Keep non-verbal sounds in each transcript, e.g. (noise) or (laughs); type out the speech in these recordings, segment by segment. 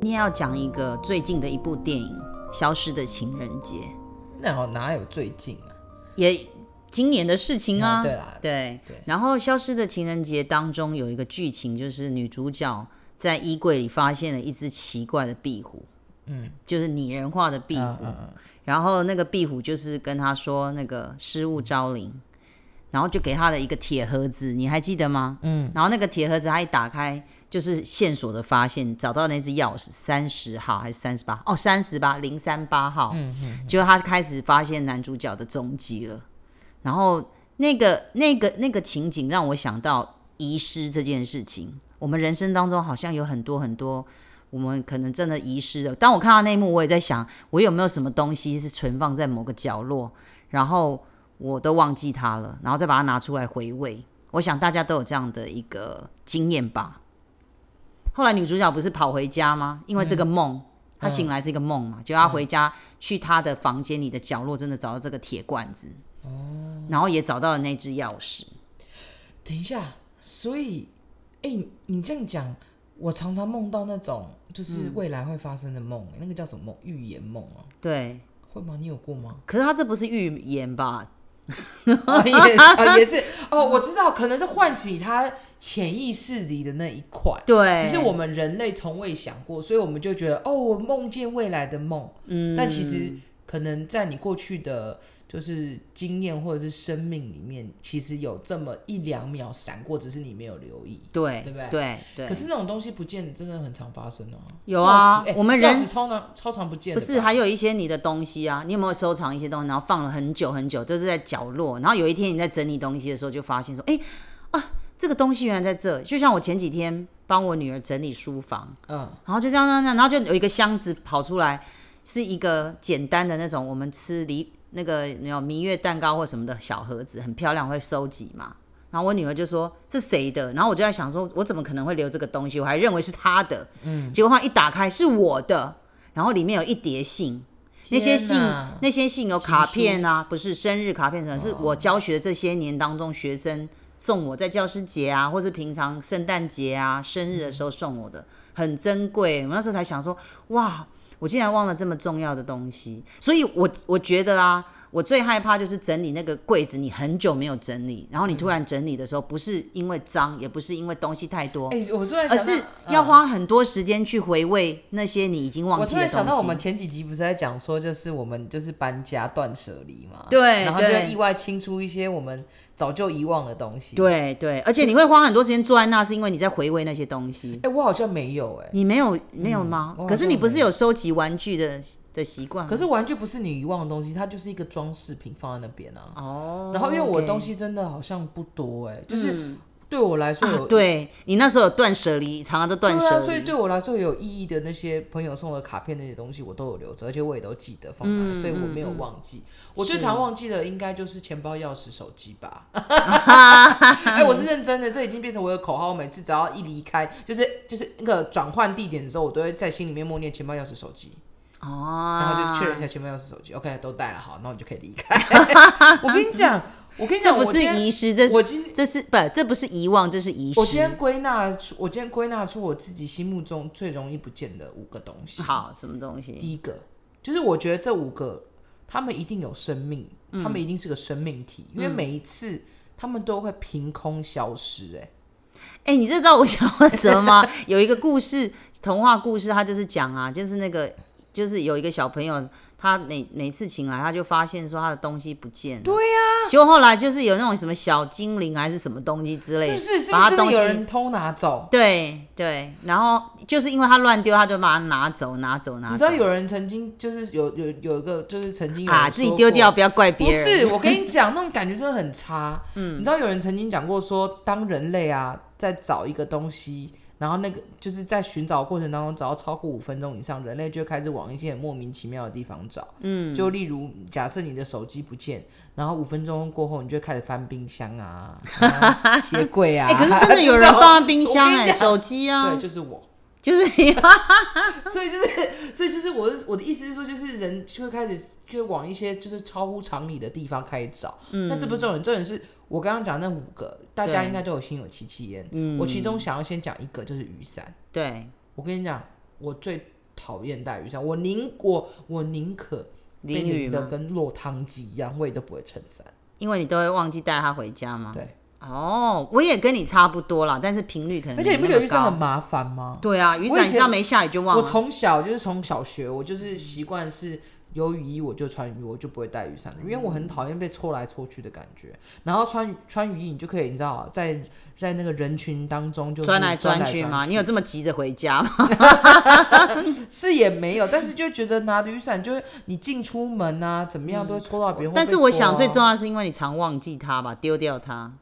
天要讲一个最近的一部电影《消失的情人节》，那好哪有最近啊？也今年的事情啊。嗯对啦对对然后《消失的情人节》当中有一个剧情，就是女主角在衣柜里发现了一只奇怪的壁虎，嗯，就是拟人化的壁虎。嗯嗯嗯然后那个壁虎就是跟他说那个失物招领，然后就给他了一个铁盒子，你还记得吗？嗯，然后那个铁盒子他一打开，就是线索的发现，找到那只钥匙三十号还是三十八？哦，三十八零三八号。嗯嗯，就他开始发现男主角的踪迹了，然后那个那个那个情景让我想到遗失这件事情。我们人生当中好像有很多很多，我们可能真的遗失了。当我看到那一幕，我也在想，我有没有什么东西是存放在某个角落，然后我都忘记它了，然后再把它拿出来回味。我想大家都有这样的一个经验吧。后来女主角不是跑回家吗？因为这个梦，她醒来是一个梦嘛，就她回家去她的房间里的角落，真的找到这个铁罐子。然后也找到了那只钥匙。等一下，所以，哎、你你这样讲，我常常梦到那种嗯就是未来会发生的梦、那个叫什么梦？预言梦哦、对，会吗？你有 (laughs) 过吗？可是他这不是预言吧？哦、也啊也是哦，我知道，可能是唤起他潜意识里的那一块，对，只是我们人类从未想过，所以我们就觉得哦，我梦见未来的梦，嗯，但其实可能在你过去的就是经验或者是生命里面，其实有这么一两秒闪过，只是你没有留意。对对不对对可是那种东西不见，真的很常发生哦、有啊钥匙欸我们人钥匙超常超常不见不的吧，是还有一些你的东西啊？你有没有收藏一些东西，然后放了很久很久，就是在角落，然后有一天你在整理东西的时候，就发现说，哎、啊，这个东西原来在这。就像我前几天帮我女儿整理书房，嗯，然后就这样，这样这样然后就有一个箱子跑出来，是一个简单的那种我们吃梨那个那种蜜月蛋糕或什么的小盒子，很漂亮，会收集嘛。然后我女儿就说：“这谁的？”然后我就在想说：“我怎么可能会留这个东西？我还认为是她的。”嗯，结果她一打开是我的，然后里面有一叠信，那些信天哪那些信有卡片啊，不是生日卡片哦什么，是我教学这些年当中学生送我在教师节啊，或是平常圣诞节啊、生日的时候送我的，很珍贵。我那时候才想说，哇，我竟然忘了这么重要的东西。所以我我觉得啊，我最害怕就是整理那个柜子，你很久没有整理，然后你突然整理的时候，不是因为脏，也不是因为东西太多。哎、我突然而想到，是嗯要花很多时间去回味那些你已经忘我记突的东然西。想到，我们前几集不是在讲说，就是我们就是搬家断舍离嘛，对然后就对意外清出一些我们早就遗忘的东西。，对对，而且你会花很多时间坐在那，是因为你在回味那些东西哎、。我好像没有哎、你没有没有吗？我好可是你像不是有收集玩具的的习惯吗？嗯可是玩具不是你遗忘的东西，它就是一个装饰品放在那边啊。哦，然后因为我 OK 嗯的东西真的好像不多哎、就是对我来说有、啊，对你那时候有断舍离，常常都断对舍啊，离，所以对我来说有意义的那些朋友送的卡片那些东西，我都有留着，而且我也都记得放嗯哪里，所以我没有忘记。我最常忘记的应该就是钱包、钥匙、手机 (laughs) 吧。哎、我是认真的，这已经变成我的口号。我每次只要一离开，就是就是那个转换地点的时候，我都会在心里面默念钱包、钥匙、手机，哦，然后就确认一下钱包、钥匙、手机。OK，都带了，好，那我就可以离开。 (laughs) 我跟你讲，我跟你这讲，不我是今天遗失，这是我今这是不这不是遗忘，这是遗我今失。天归纳出，我今天归纳出我自己心目中最容易不见的五个东西。好，什么东西？第一个就是我觉得这五个，他们一定有生命，嗯他们一定是个生命体，因为每一次他们都会凭空消失、哎、哎、你这知道我想要什么吗？ (laughs) 有一个故事，童话故事，它就是讲啊，就是那个，就是有一个小朋友，他每每次醒来，他就发现说他的东西不见了。对呀、结果后来就是有那种什么小精灵还是什么东西之类是的，不是？是不把是他真的东有西。人偷拿走？对对，然后就是因为他乱丢，他就把它拿走，拿走，拿你知走道有人曾经就是有有有一个就是曾经有人啊，自己说丢过掉，不要怪别不人。是，我跟你讲，那种感觉真的 (laughs) 很差。嗯，你知道有人曾经讲过说，当人类啊在找一个东西，然后那个就是在寻找过程当中，找到超过五分钟以上，人类就会开始往一些很莫名其妙的地方找。嗯，就例如假设你的手机不见，然后五分钟过后，你就会开始翻冰 (laughs) 箱啊、啊鞋柜啊。哎、可是真的就有这人种放在冰箱我跟哎、你讲手机啊对，，就是我。就是 (laughs) 你所以就是， (laughs) 所以就是我的我的意思是说，就是人就会开始就会往一些就是超乎常理的地方开始找。嗯，但这不是重点，重点是我刚刚讲那五个，大家对应该都有心有嗯戚戚焉。我其中想要先讲一个，就是雨伞。对，我跟你讲，我最讨厌带雨伞，我宁我我宁可被淋雨淋的吗？跟落汤鸡一样，我也都不会撑伞。因为你都会忘记带它回家吗？对，哦，我也跟你差不多啦，但是频率可能而且你没不嗯那觉得么雨伞很高麻烦吗？对啊，雨我以伞你前知道没下雨就忘我了。从小就是从小学，我就是习惯是有雨衣我就穿雨衣，我就不会带雨伞的，因为我很讨厌被搓来搓去的感觉。然后穿穿雨衣，你就可以你知道，在在那个人群当中就是钻来钻钻去吗？你有这么急着回家 (laughs) 吗？是也没有，但是就觉得拿着雨伞，就是你进出门啊，怎么样都会戳到别人、会被嗯但是我想戳啊最重要的是因为你常忘记它吧，丢掉它。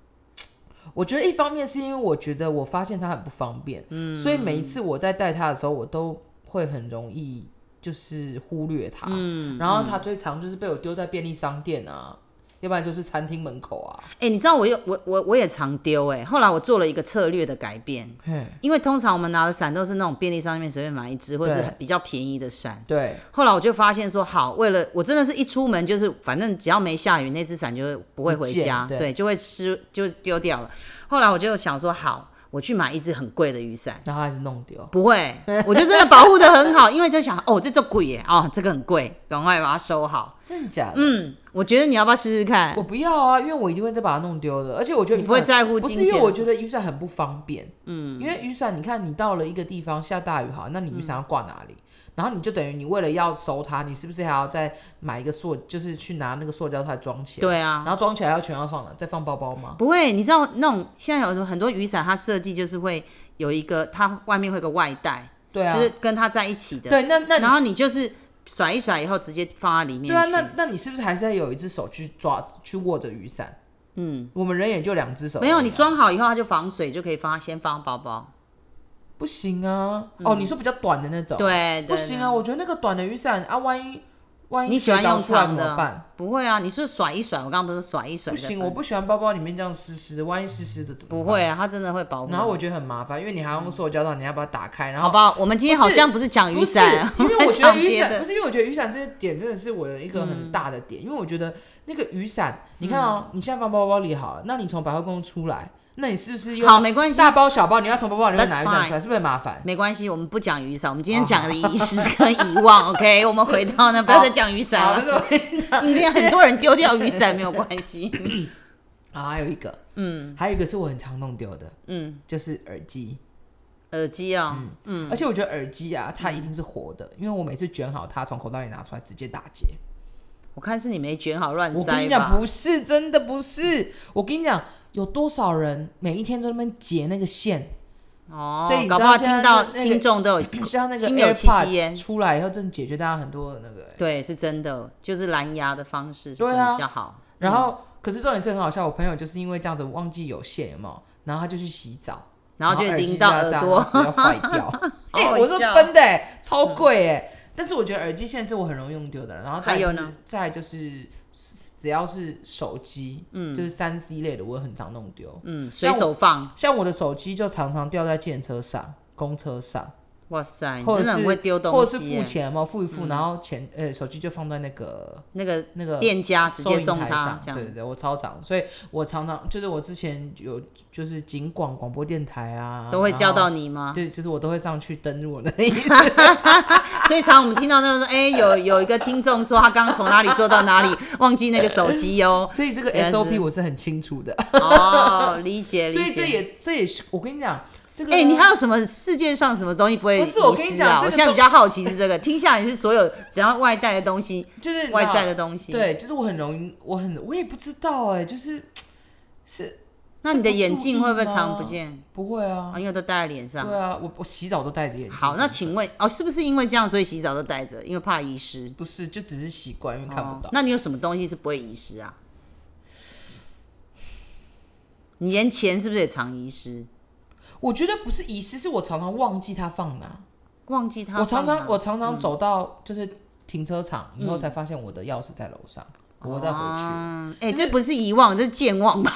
我觉得一方面是因为我觉得我发现它很不方便，嗯，所以每一次我在带它的时候，我都会很容易就是忽略它，嗯，然后它最常就是被我丢在便利商店啊，要不然就是餐厅门口啊，哎、你知道我有我我我也常丢哎、后来我做了一个策略的改变，嘿，因为通常我们拿的伞都是那种便利商店随便买一支，或是对比较便宜的伞。对，后来我就发现说，好，为了我真的是一出门就是，反正只要没下雨，那只伞就不会回不见家，对对，就会湿就丢掉了。后来我就想说，好，我去买一支很贵的雨伞。然后还是弄丢，不会，我就真的保护的很好，因为就想哦，这这贵耶，哦，这个很贵，赶快把它收好。真的假的？嗯，我觉得你要不要试试看我？不要啊，因为我一定会再把它弄丢的，而且我觉得你不会雨伞在乎不金是钱？因为我觉得雨伞很不方便，嗯，因为雨伞，你看你到了一个地方下大雨好，那你雨伞要挂哪嗯里？然后你就等于你为了要收它，你是不是还要再买一个塑，就是去拿那个塑胶袋装起来？、对啊，然后装起来要全要放哪？再放包包吗？不会，你知道那种现在有很多雨伞，它设计就是会有一个，它外面会有个外带，对啊，就是跟它在一起的。对，那那然后你就是甩一甩以后，直接放在里面去。对啊，那那你是不是还是要有一只手去抓去握着雨伞？嗯，我们人也就两只手而已啊，没有，你装好以后，它就防水，就可以放先放包包。不行啊。哦，你说比较短的那种，，嗯对，对不行啊，我觉得那个短的雨伞啊，万一万一你喜欢跌倒用出来长怎的么办？对不会啊，你是甩一甩，我刚刚不是甩一甩不的。行，我不喜欢包包里面这样湿湿的，万一湿湿的怎么办？不会啊，它真的会保护。然后我觉得很麻烦，因为你还要用塑胶袋，你要把它打开，然好后吧，我们今天好像不是讲雨伞，不 (laughs) 是因为们我觉得讲雨别伞的嗯不是因为我觉得雨伞这个点真的是我的一个很大的点，因为我觉得那个雨伞，你看哦，你现在放包包里好了，那你从百货公司出来，那你是不是好，用没关系，大包小包，你要从包包里面 That's 拿雨伞出来，是不是很麻烦？没关系，我们不讲雨伞，我们今天讲的仪式跟遗 (laughs) 忘，OK，我们回到那，不要再讲雨伞好，了这。 (laughs) 个我你看很多人丢掉雨伞没有关系， (laughs) 啊，还有一个，嗯，还有一个是我很常弄丢的，嗯，就是耳机。耳机啊、而且我觉得耳机啊，它一定是活的，因为我每次卷好它，从口袋里拿出来直接打结。我看是你没卷好乱我跟塞你讲，吧。不是真的不是。我跟你讲，有多少人每一天在那边截那个 (coughs) 线，哦，所以你知道搞不好现在听到那那个听众 (laughs) 都有，像那个心有戚戚 AirPod 焉出来以后，真的解决大家很多的那个、欸对，是真的，哦就是蓝牙的方式是对真啊的比较好。然后，可是重点是很好笑，我朋友就是因为这样子忘记有线，有没有？然后他就去洗澡，然后就耳机淋到就要耳大朵然后直接坏掉。 (laughs) 好好欸我说笑嗯真的、欸，超贵哎、但是我觉得耳机线是我很容易用丢的，然后再来还有是呢，再来就是只要是手机，嗯，就是三 C 类的，我也很常弄丢。嗯，随像我手放，像我的手机就常常掉在电车上、公车上，哇塞，哎你或者真的很是会丢东西、或者是付耶嗯钱嘛，付一付，然后钱呃手机就放在那个那个那个店家直收接银送台他上，这样对对对，我超常，所以我常常就是我之前有就是警广广播电台啊，都会然教后到你吗？ (laughs) 对，就是我都会上去登录我的那一所以常我们听到那个说，哎、有有一个听众说他刚刚从哪里做到哪里，忘记那个手机哦。所以这个原来是 SOP 我是很清楚的，哦，理解所理以这解。也这也是我跟你讲，这个哎、你还有什么世界上什么东西不会不是我跟你遗失讲啊？这个我现在东比较好奇是这个，听下来是所有只要外带的东西，就是你知道外在的东西。，对，就是我很容易，我很我也不知道哎、就是是那你的眼镜会不会常藏不？见？不会啊啊，，因为都戴在脸上。哦对啊，我我洗澡都戴着眼镜。好，那真的请问哦，是不是因为这样所以洗澡都带着，因为怕遗失？不是就只是习惯，因为看不到哦。。那你有什么东西是不会遗失啊？你连钱是不是也常遗失？我觉得不是遗失，是我常常忘记它放哪。忘记它我放常哪。嗯常我常常走到就是停车场以后才发现我的钥匙在楼上，我再回去。嗯，哎、这不是遗忘，这是健 (laughs) 忘 (laughs) 吧？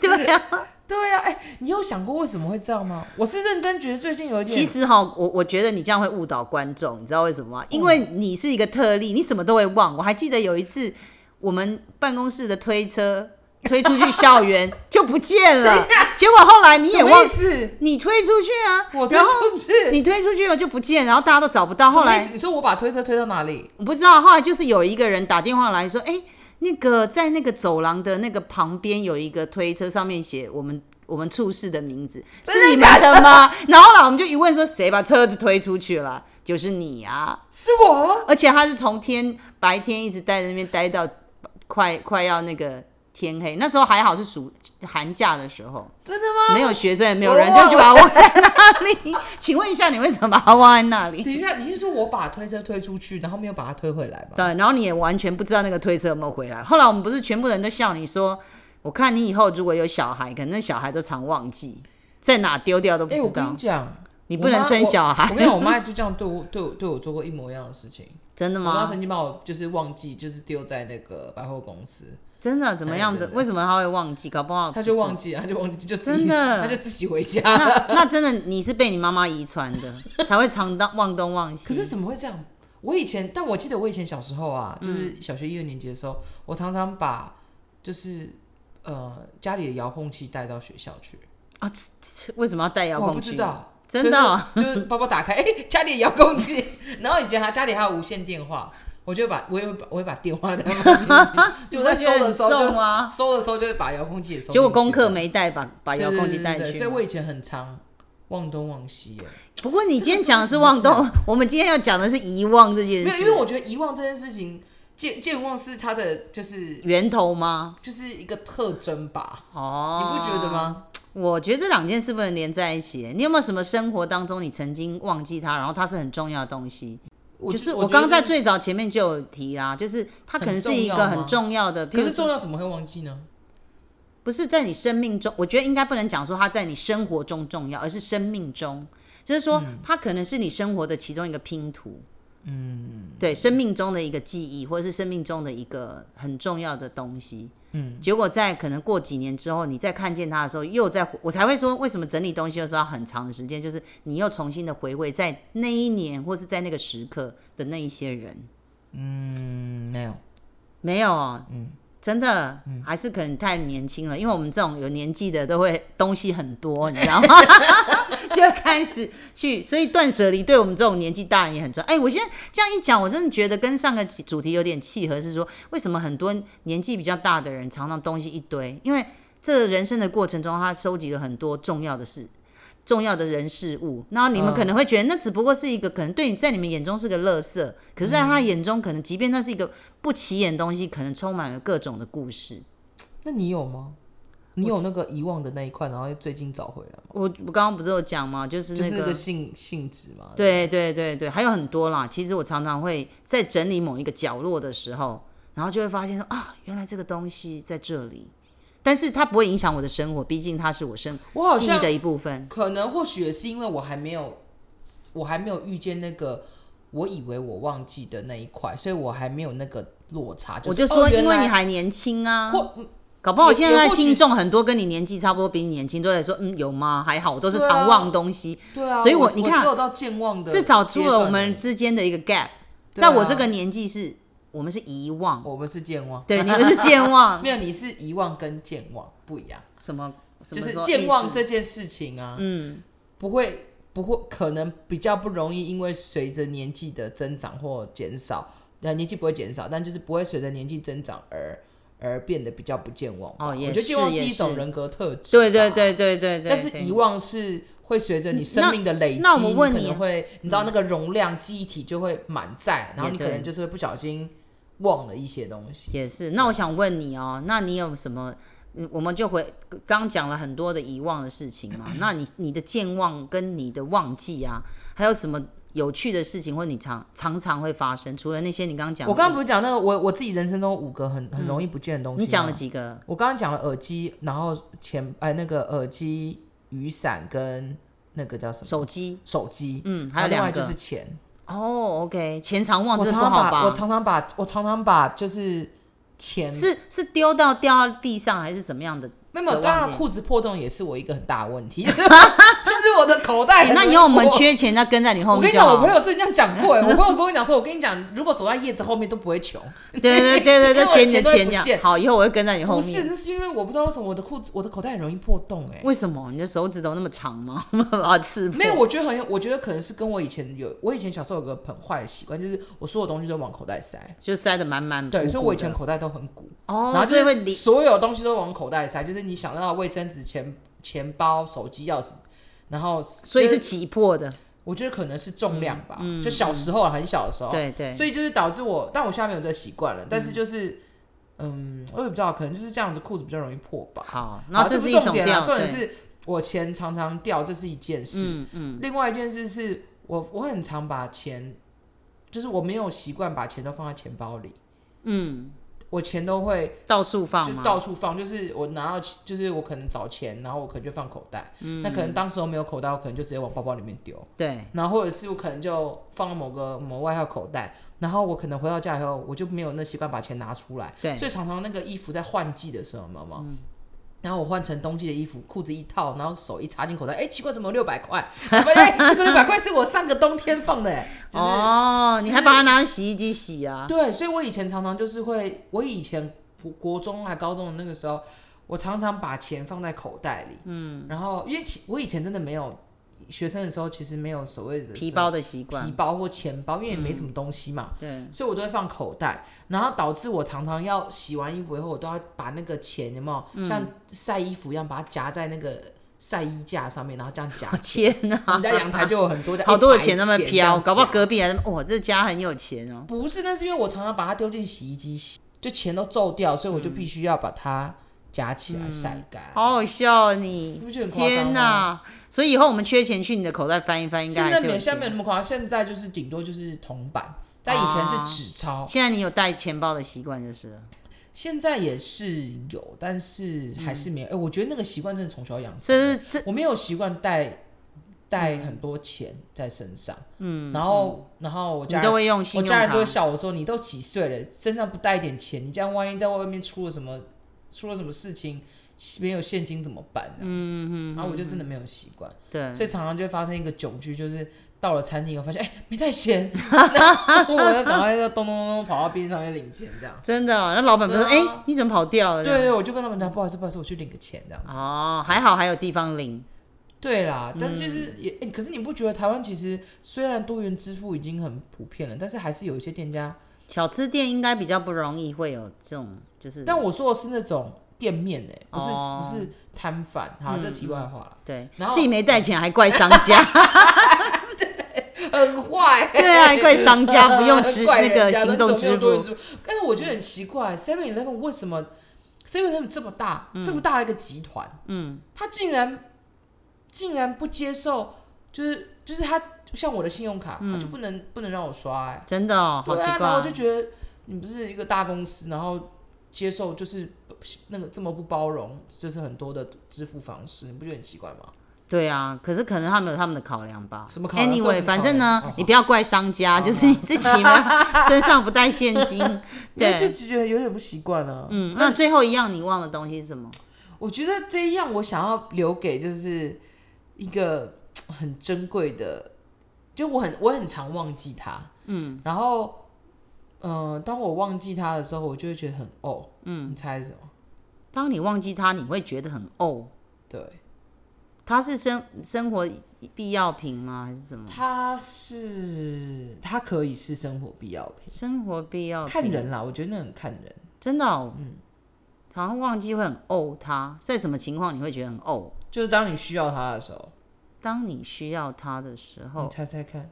对啊，对啊，哎、你有想过为什么会这样吗？我是认真觉得最近有一点，其实哈，我我觉得你这样会误导观众，你知道为什嗯么吗？因为你 (laughs) 是一个特例，你什么都会忘。我还记得有一次我们办公室的推车推出去校园 (laughs) 就不见了等一下。结果后来你也什么忘意，思？你推出去啊，我推然后出去，你推出去了就不见，然后大家都找不到。后什么意来思你说我把推车推到哪里？我不知道，后来就是有一个人打电话来说，哎、那个在那个走廊的那个旁边有一个推车，上面写我们。我们处室的名字是真的你假们的吗？然后呢，我们就一问说谁把车子推出去了，就是你啊。是我，而且他是从天白天一直待在那边待到快快要那个天黑，那时候还好是暑寒假的时候，真的吗？没有学生也没有我人，忘就就把它忘在那里。 (laughs) 请问一下，你为什么把它忘在那里？等一下，你是说我把推车推出去，然后没有把它推回来吗？对，然后你也完全不知道那个推车有没有回来。后来我们不是全部人都笑你说，我看你以后如果有小孩，可能那小孩都常忘记在哪丢掉都不哎、知我跟道你。讲，你不能生小孩我妈我我跟你讲，我妈就这样对我、对我、对我做过一模一样的事情。真的我妈吗？曾经把我就是忘记，就是丢在那个百货公司，真的怎么样子哎真？的为什么他会忘记？搞不好她就哦不是忘记了，她就忘记，就自己，真的她就自己回家。那那真的你是被你妈妈遗传的，才会常当忘东忘西。可是怎么会这样？我以前，但我记得我以前小时候啊，嗯就是小学一二年级的时候，我常常把就是呃家里的遥控器带到学校去。啊为什么要带遥我控不知器？道，真的哦、就是就是包包打开，哎、家里的遥控器。 (laughs) 然后以前还家里还有无线电话，我就把我也会把我会把电话带放进 (laughs) 去，就我在你不会觉得收的很时候就重吗 (laughs) 收的时候就是把遥控器也收进去。结果功课没带，把把对遥控器带对对对对去所以了。我以前很常忘东忘西耶。不过你今天讲的是忘这个东， (laughs) 我们今天要讲的是遗忘这件没有，因事，为我觉得遗忘这件事情，健健忘是它的就是源头吗？就是一个特征吧，你哦，不觉得？吗？我觉得这两件事不能连在一起。你有没有什么生活当中你曾经忘记它，然后它是很重要的东西？我就是我我觉得刚在就最早前面就有提啦，就是它可能是一很个重要吗很重要的，譬可如是说重要怎么会忘记呢？不是在你生命中，我觉得应该不能讲说它在你生活中重要，而是生命中，就是说它可能是你生活的其中一个拼图。嗯，对，生命中的一个记忆，或者是生命中的一个很重要的东西。嗯，结果在可能过几年之后，你再看见它的时候，又在我才会说，为什么整理东西的时候要很长的时间，就是你又重新的回味在那一年或是在那个时刻的那一些人。嗯，没有。没有，嗯，真的，还是可能太年轻了，因为我们这种有年纪的都会东西很多，你知道吗？就开始去，所以断舍离对我们这种年纪大人也很重要。哎、我现在这样一讲，我真的觉得跟上个主题有点契合，是说为什么很多年纪比较大的人常常东西一堆，因为这人生的过程中，他收集了很多重要的事。重要的人事物，那你们嗯可能会觉得那只不过是一个，可能对你在你们眼中是个垃圾，可是在他眼中，可能即便那是一个不起眼的东西，可能充满了各种的故事。那你有吗？你有那个遗忘的那一块，然后最近找回来吗？我我刚刚不是有讲吗？就是就那是那个个性性质嘛。对对对对，还有很多啦。其实我常常会在整理某一个角落的时候，然后就会发现说啊，原来这个东西在这里，但是它不会影响我的生活，毕竟它是我生我好记忆像的一部分。可能或许也是因为我还没有，我还没有遇见那个我以为我忘记的那一块，所以我还没有那个落差。我就就是说，哦原因为你来还年轻啊，或搞不好现也在也或许听众很多跟你年纪差不多，比你年轻，都在说嗯有吗？还好，我都是对啊常忘东西，对啊，所以我我你看只有到健忘的这找出阶了段我们之间的一个 gap。对在啊我这个年纪是，我们是遗忘，我们是健忘，对，你们是健忘，没有你是遗忘跟健忘不一样，什么什就么是说健忘意思这件事情啊，嗯，不会不会，可能比较不容易，因为随着年纪的增长或减少，呃，年纪不会减少，但就是不会随着年纪增长而而变得比较不健忘吧。哦我也觉得健忘是是也一种是人格特质，对对。对对对对，但是对嗯遗忘是会随着你生命的累积，那我问可你嗯能会你知道那个容量记忆体就会满载，然后你可对能就是会不小心忘了一些东西。也是。那我想问你哦，那你有什么？嗯我们就回刚讲了很多的遗忘的事情嘛。那你你的健忘跟你的忘记啊，还有什么有趣的事情，或你常常常会发生？除了那些你刚刚讲的，我刚刚不是讲那个我我自己人生中五个很很容易不见的东西吗，你讲了几个？我刚刚讲了耳机，然后钱哎那个耳机、雨伞跟那个叫什么手机，手机，嗯，还有还有啊另两外个就是钱。哦，OK，钱常忘我这个常不常好把吧？我常常把我常常把就是钱是是丢到掉到地上还是怎么样的没有，当忘然记裤子破洞也是我一个很大的 (laughs) 问题，就是哎我的口袋欸很那以后我们缺钱，那跟在你后我跟面你就讲，好。我朋友之前这样 (laughs) 讲过，哎，我朋友跟我讲说，我跟你讲，如果走在叶子后面都不会穷，对对对 (laughs) 对因为对，我捡你的的钱都会钱不这样。见好，以后我会跟在哎你后不是，面。那是因为我不知道为什么我的裤子，我的口袋很容易破洞，哎，为什么你的手指头那么长吗？ (laughs) 啊，刺破没有，我觉得很有，我觉得可能是跟我以前有，我以前小时候有个很坏的习惯，就是我所有东西都往口袋塞，就塞得满满。对，所以我以前鼓口袋都很鼓，鼓的哦，然后就所以会是离所有东西都往口袋塞，就是你想到的卫生纸、钱、钱包、手机、钥匙，然后所以就是挤破的。我觉得可能是重量吧，就小时候啊很小的时候，对对，所以就是导致我，但我现在没有这个习惯了，但是就是嗯我也不知道，可能就是这样子裤子比较容易破吧。好，那好这是不一是种重点掉啊，重点是我钱常常掉，这是一件事。嗯嗯，另外一件事是我我很常把钱，就是我没有习惯把钱都放在钱包里，嗯，我钱都会到处放就吗？到处放，就是我拿到就是我可能找钱，然后我可能就放口袋，嗯那可能当时候没有口袋，我可能就直接往包包里面丢，对，然后或者是我可能就放到某个某外套口袋，然后我可能回到家以后，我就没有那习惯把钱拿出来，对嗯所以常常那个衣服在换季的时候，有没有？然后我换成冬季的衣服，裤子一套，然后手一插进口袋，哎，奇怪，怎么六百块？我发现哎，这个六百块是我上个冬天放的， (laughs) 哎，就是、哦，你还就是把它拿去洗衣机洗啊？对，所以我以前常常就是会，我以前国国中还高中的那个时候，我常常把钱放在口袋里，嗯，然后因为其我以前真的没有学生的时候，其实没有所谓的皮什么包的习皮惯，嗯包或钱包，因为也没什么东西嘛，对，。所以我都会放口袋，然后导致我常常要洗完衣服以后，我都要把那个钱有没有、像晒衣服一样，把它夹在那个晒衣架上面，然后这样夹 (laughs) 天哪，我们家阳台就有很 (laughs) 多好多的的哎钱那么飘，搞不好好隔壁还在那边哇，这家很有钱哦。不是，那是因为我常常把它丢进洗衣机洗，就钱都皱掉，所以我就必须要把它夹起来晒干。好好笑哦你你！不觉得很夸张天吗？哪！所以以后我们缺钱去你的口袋翻一翻，应该现还在是没有有，现在没有钱。那么夸张，现在就是顶多就是铜板，但以前啊是纸钞。现在你有带钱包的习惯就是了，现在也是有，但是嗯还是没有。哎、我觉得那个习惯真的从小养成所以的。这我没有习惯带带很多钱在身上，嗯，然后然后我家你都人会用信我用家卡人都会笑我说：“你都几岁了，身上不带一点钱，你这样万一在外面出了什么出了什么事情，没有现金怎么办？”这样子，嗯嗯，然后我就真的没有习惯，对，所以常常就会发生一个窘剧，就是到了餐厅以后发现哎、没 (laughs) 带钱， (laughs) 然后我就赶快就咚咚咚咚跑到冰上面领钱这样。真的哦。那老板不是说对啊哎，你怎么跑掉了？对啊对，我就跟他们讲，不好意思，不好意思，我去领个钱这样子。哦，还好还有地方领，对啦，嗯但就是也、欸可是你不觉得台湾其实虽然多元支付已经很普遍了，但是还是有一些店家。小吃店应该比较不容易会有这种，就是但我说的是那种店面呢、不是、哦嗯不是摊贩。好，这题外话了，对然后自己没带钱还怪商家， (laughs) 很坏。欸对啊，还怪商 (laughs) 家不 (laughs) 用支怪那人个家行动支。说你怎么没有多元付，支付但是我觉得很奇怪，Seven Eleven 为什么 Seven Eleven 这么大、嗯这么大的一个集团，嗯，他竟然竟然不接受，就是就是他像我的信用卡，他就不能不能让我刷、欸，真的嗯哦，好对奇啊，怪然后我就哦。觉得你不是一个大公司，然后接受就是那个这么不包容，就是很多的支付方式，你不觉得很奇怪吗？对啊，可是可能他们有他们的考量吧。什么考量说什 Anyway，么考量反正呢哦好，哦你不要怪商家，就是你自己呢身上不带现 (laughs) 金。那就对，觉得有点不习惯啊了。嗯，那最后一样你忘的东西是什么？我觉得这一样我想要留给就是一个很珍贵的，就我很我很常忘记它，嗯，然后嗯、呃当我忘记它的时候，我就会觉得很哦，嗯，你猜是什么？当你忘记它，你会觉得很怄。对，嗯它是生生活必要品吗？还是什么？它是它可以是生活必要品。生活必要品看人啦，我觉得那很看人。真的、哦，嗯，常常忘记会很怄他，在什么情况你会觉得很怄？就是当你需要他的时候，当你需要他的时你候，猜猜看。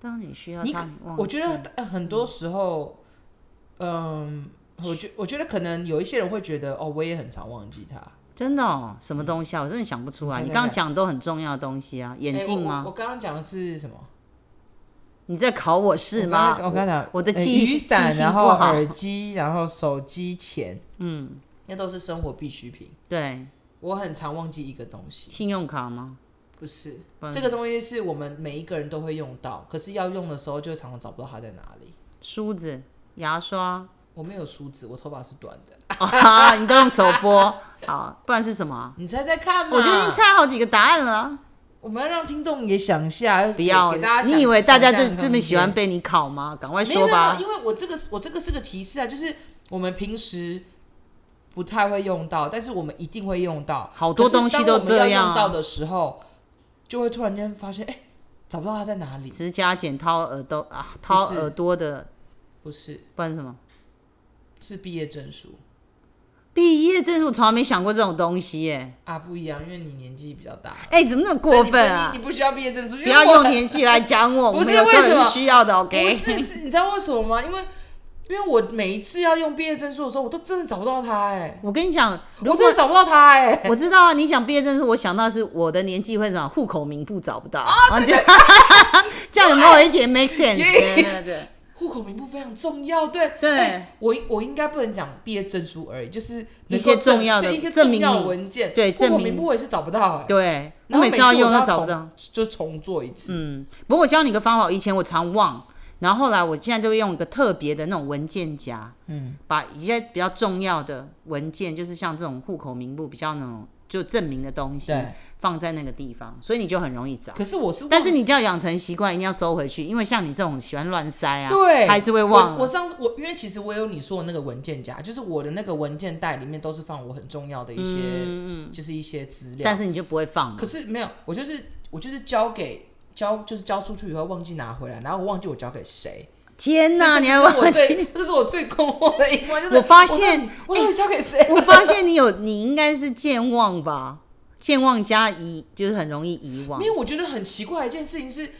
当你需要嗯你他，忘我觉记得呃很多时候，嗯，我觉我觉得可能有一些人会觉得，哦，我也很常忘记他。真的、哦，什么东西啊？我真的想不出来。你猜猜你刚刚讲的都很重要的东西啊，眼镜哎我我吗？我刚刚讲的是什么？你在考我是吗？我刚刚讲我的呃记忆雨记伞，性然不后好耳机，然后手机钱，嗯，那都是生活必需品。对，我很常忘记一个东西，信用卡吗？不是不然这个东西是我们每一个人都会用到，可是要用的时候就常常找不到它在哪里。梳子、牙刷 (laughs) 我没有梳子，我头发是短的。啊，你都用手拨，好，不然是什么啊？你猜猜看嘛。我就已经猜好几个答案了啊。我们要让听众也想一下，不要给给大家，想你以为大家这想象一下这么喜欢被你考吗？赶快没有说吧没有没有，。因为我这个是我这个是个提示啊，就是我们平时不太会用到，但是我们一定会用到。好多东西都可是当我这们要样用啊到的时候，就会突然间发现，哎、找不到它在哪里。指甲剪、掏耳朵啊，掏不是耳朵的，不是，不然是什么？是毕业证书毕业证书我从来没想过这种东西耶、啊，不一样，因为你年纪比较大，哎、怎么那么过分啊所以你不你！你不需要毕业证书，因不为要我用欸年纪来讲我，不我们是有时候为也什么是需要的。 (laughs) 不 OK，是是，你知道为什么吗？因为因为我每一次要用毕业证书的时候，我都真的找不到它、哎，我跟你讲，我真的找不到它、哎。我知道啊，你讲毕业证书，我想到的是我的年纪会长户口名簿找不哦到，然后就 (laughs) 这样有没有一点 make (laughs) sense？对对对，户口名簿非常重要，对对哎我我应该不能讲毕业证书而已，就是能够一些证重要的对一些证重明要你文件，对户口证名明簿我也是找不到哎、对然我后每次次要用我都都找不重到。，就重做一次。嗯，不过我教你一个方法，以前我常忘，然后后来我现在就会用一个特别的那种文件夹，嗯，把一些比较重要的文件，就是像这种户口名簿比较那种就证嗯明的东西，对，放在那个地方，所以你就很容易找。可是我是忘但是你就要养成习惯，一定要收回去，因为像你这种喜欢乱塞啊，对还是会忘我我了。上次我因为其实我有你说的那个文件夹，就是我的那个文件袋里面都是放我很重要的一些，就是一些资料。嗯但是你就不会放嘛可，是没有，我就是我就是交给交就是交出去以后忘记拿回来，然后我忘记我交给谁。天所哪！以你这还就是我忘记？最，这是我最困惑的一关。就是我发现哎我到底，我到底交给谁？ (laughs) 我发现你有，你应该是健忘吧？健忘加遗，就是很容易遗忘因。为我觉得很奇怪的一件事情是，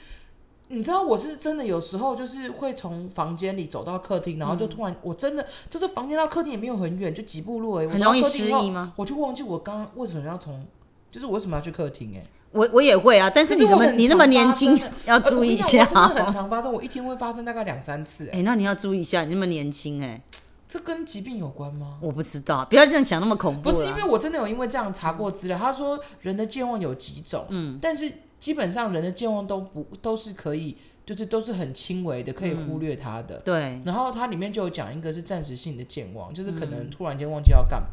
你知道，我是真的有时候就是会从房间里走到客厅，然后嗯就突然，我真的就是房间到客厅也没有很远，就几步路而已。我很走到容易客厅失以后忆吗？我就忘记我刚刚为什么要从，就是我为什么要去客厅、欸？哎。我我也会啊，但是可是你怎我么很你那常么发年轻生， (laughs) 要注意一下哦呃。我跟你讲我真的很常发生，我一天会发生大概两三次、(laughs) 欸。哎、那你要注意一下，你那么年轻哎、这跟疾病有关吗？我不知道，不要这样想那么恐怖啊嗯不是，因了。为我真的有因为这样查过资料，他说人的健忘有几种，嗯，但是基本上人的健忘都不都是可以，就是都是很轻微的，可以忽略它的。对，然后它里面就有讲一个是暂时性的健忘，就是可嗯能突然间忘记要干嘛，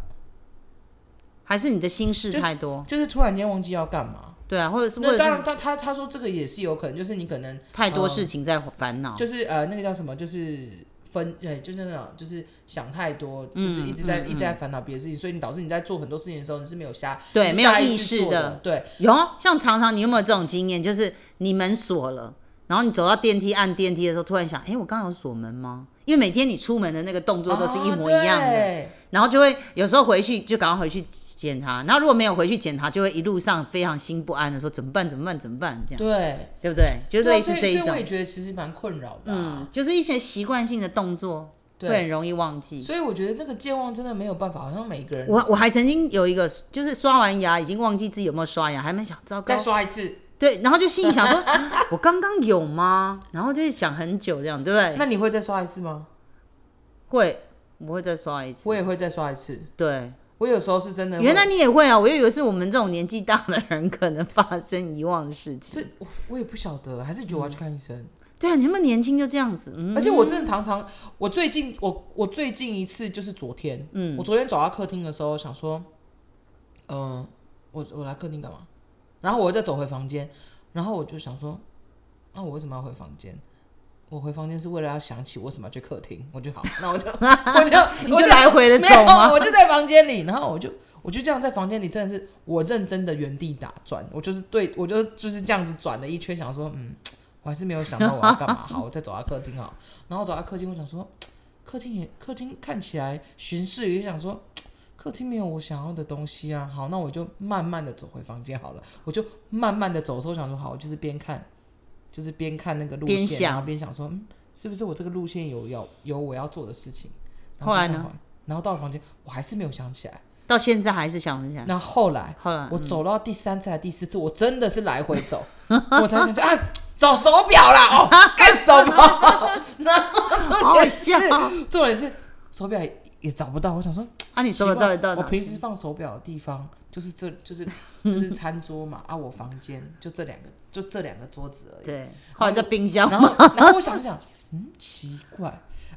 还是你的心事就太多，就是突然间忘记要干嘛。对啊，或者是哦或那者当是然，他他他说这个也是有可能，就是你可能太多嗯事情在烦恼。就是呃那个叫什么，就是分呃就是那种就是想太多，嗯就是一直在、一直在烦恼别的事情，所以你导致你在做很多事情的时候你是没有下对你是没有下意识识做的对。有啊，像常常你有没有这种经验？就是你门锁了，然后你走到电梯按电梯的时候，突然想，哎、我刚刚有锁门吗？因为每天你出门的那个动作都是一模一样哦的，对然后就会有时候回去就赶快回去检查，然后如果没有回去检查，就会一路上非常心不安的说怎么办怎么办怎么办这样，对，对不对？就对啊类似所以这一所以我种也，觉得其实蛮困扰的、啊。嗯，就是一些习惯性的动作会对，很容易忘记。所以我觉得那个健忘真的没有办法，好像每一个人嗯我我还曾经有一个，就是刷完牙已经忘记自己有没有刷牙，还没想糟糕再，刷一次。对，然后就心里想说， (laughs) 我刚刚有吗？然后就是想很久这样，对不对？那你会再刷一次吗？会，我会再刷一次。我也会再刷一次。对，我有时候是真的会，原来你也会啊！我又以为是我们这种年纪大的人可能发生遗忘的事这情。我我也不晓得，还是你觉得我要去看医生？对啊，你们年轻就这样子，嗯，而且我真的常常，我最近我我最近一次就是昨天，嗯，我昨天走到客厅的时候想说，嗯、我我来客厅干嘛？然后我又再走回房间，然后我就想说，那、我为什么要回房间？我回房间是为了要想起我为什么要去客厅，我就好，那我就 (laughs) 我就你我就来回的没走有，吗？我就在房间里，然后我就我就这样在房间里，真的是我认真的原地打转，我就是对我就就是这样子转了一圈，想说嗯，我还是没有想到我要干嘛，好，我再走到客厅好，然后走到客厅，我想说客厅也客厅看起来巡视也想说。客厅没有我想要的东西啊，好，那我就慢慢的走回房间好了。我就慢慢的走的时候想说，好，我就是边看，就是边看那个路边线，想然后边想说，嗯，是不是我这个路线有要有我要做的事情？然后来就这样呢回？然后到了房间，我还是没有想起来。到现在还是想不起来。那后来后来我走到第三次还是第四次，我真的是来回 (laughs) 走，我才想起啊，找手表啦，哦，看手 (laughs) 表。然后重好好点是笑，重点是手表也也找不到，我想说，啊！你奇说的到怪底到我底？平时放手表的地方就是这就是就是餐桌嘛，啊，我房间就这两个就这两个桌子而已。对，后来在冰箱然后，然后我想想，嗯，奇怪，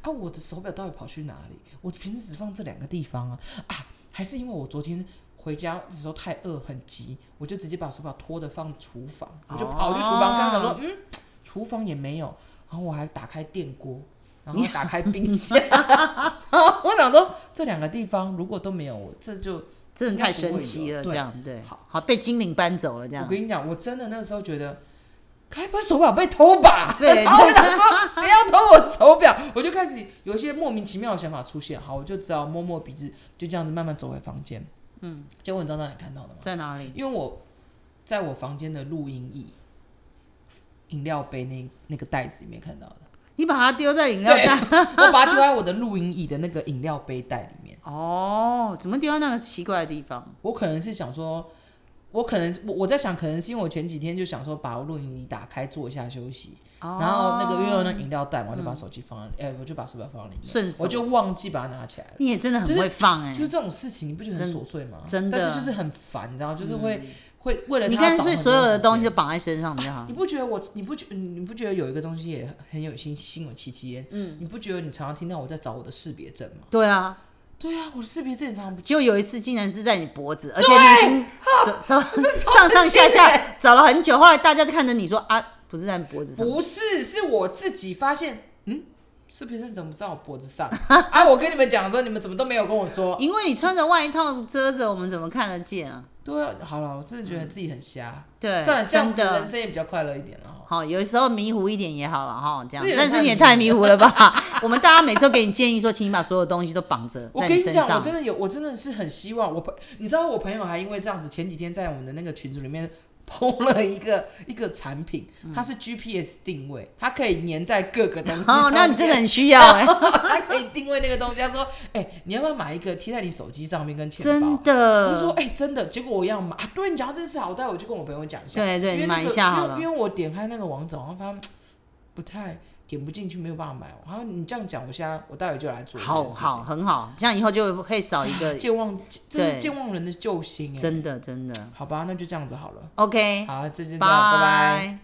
啊，我的手表到底跑去哪里？我平时只放这两个地方啊，啊，还是因为我昨天回家的时候太饿很急，我就直接把手表脱的放厨房，我就哦跑去厨房，这样想说，嗯，厨房也没有，然后我还打开电锅，然后打开冰箱， (laughs) 然后我想说这两个地方如果都没有，我这就 (laughs) 真的太神奇了，应该不会有这样对，好，好被精灵搬走了，这我样跟你讲，我真的那时候觉得，该不会手表被偷吧？ (laughs) 对 (laughs) 然后我对想说，谁要偷我手表？我就开始有一些莫名其妙的想法出现。好，我就只好摸摸鼻子，就这样子慢慢走回房间。嗯，结果你知道哪里看到的吗？在哪里？因为我在我房间的录音椅、饮料杯那那个袋子里面看到的，你把它丢在饮料袋。我把它丢在我的录音椅的那个饮料杯袋里面。哦，怎么丢到那个奇怪的地方？我可能是想说，我可能我我在想，可能是因为我前几天就想说把我录音椅打开坐一下休息，哦然后那个因为有那个饮料袋嘛，我就把手机放在，哎、我就把手表放在里面，顺手我就忘记把它拿起来了。你也真的很就是会放哎、就是这种事情，你不觉得很琐碎吗？真的但是就是很烦，你知道吗，就是会、会为了你它干找脆很多所有的东西时都间，绑在身上就好你。不觉得我，你不觉，你不觉得有一个东西也很有新心有戚戚焉？嗯，你不觉得你常常听到我在找我的识别证吗？对啊，对啊，我的识别证也常常不就有一次竟然是在你脖 (laughs) 子，而且你已经啊上上上下下找了很久，后来大家就看着你说啊，不是在你脖子上，不是，是我自己发现，嗯，视频是怎么在我脖子上？ (laughs) 啊，我跟你们讲的时候，你们怎么都没有跟我说？因为你穿着外套遮着，我们怎么看得见啊？对啊，好了，我真的觉得自己很瞎。对，算了，这样真子人的。生也比较快乐一点了哈。好，有时候迷糊一点也好了哈，这样这也。但是你也太太迷迷糊了吧？ (laughs) 我们大家每次都给你建议说，请你把所有东西都绑着 (laughs) 我在跟你身讲，我上。真的有，我真的是很希望我朋，你知道我朋友还因为这样子，前几天在我们的那个群组里面 (laughs) 抛了一个一个产品，嗯它是 GPS 定位，它可以粘在各个东西上面。哦，那你真的很需要 (laughs) 哎、它可以定位那个东西。他说：“哎、你要不要买一个贴在你手机上面跟钱包？”真我就说的。哎、真的，结果我要买啊！对你讲到这事好，待会我就跟我朋友讲一下。对对，因你为买那一个下好因了为。因为我点开那个网址，然后发现不太点不进去，没有办法买。然后你这样讲，我现在我待会就来做这件好事情。，好，很好，这样以后就会少一个 (laughs) 健忘，这对是健忘人的救星哎。真的真的。好吧，那就这样子好了。 OK，好，这就这样，拜拜。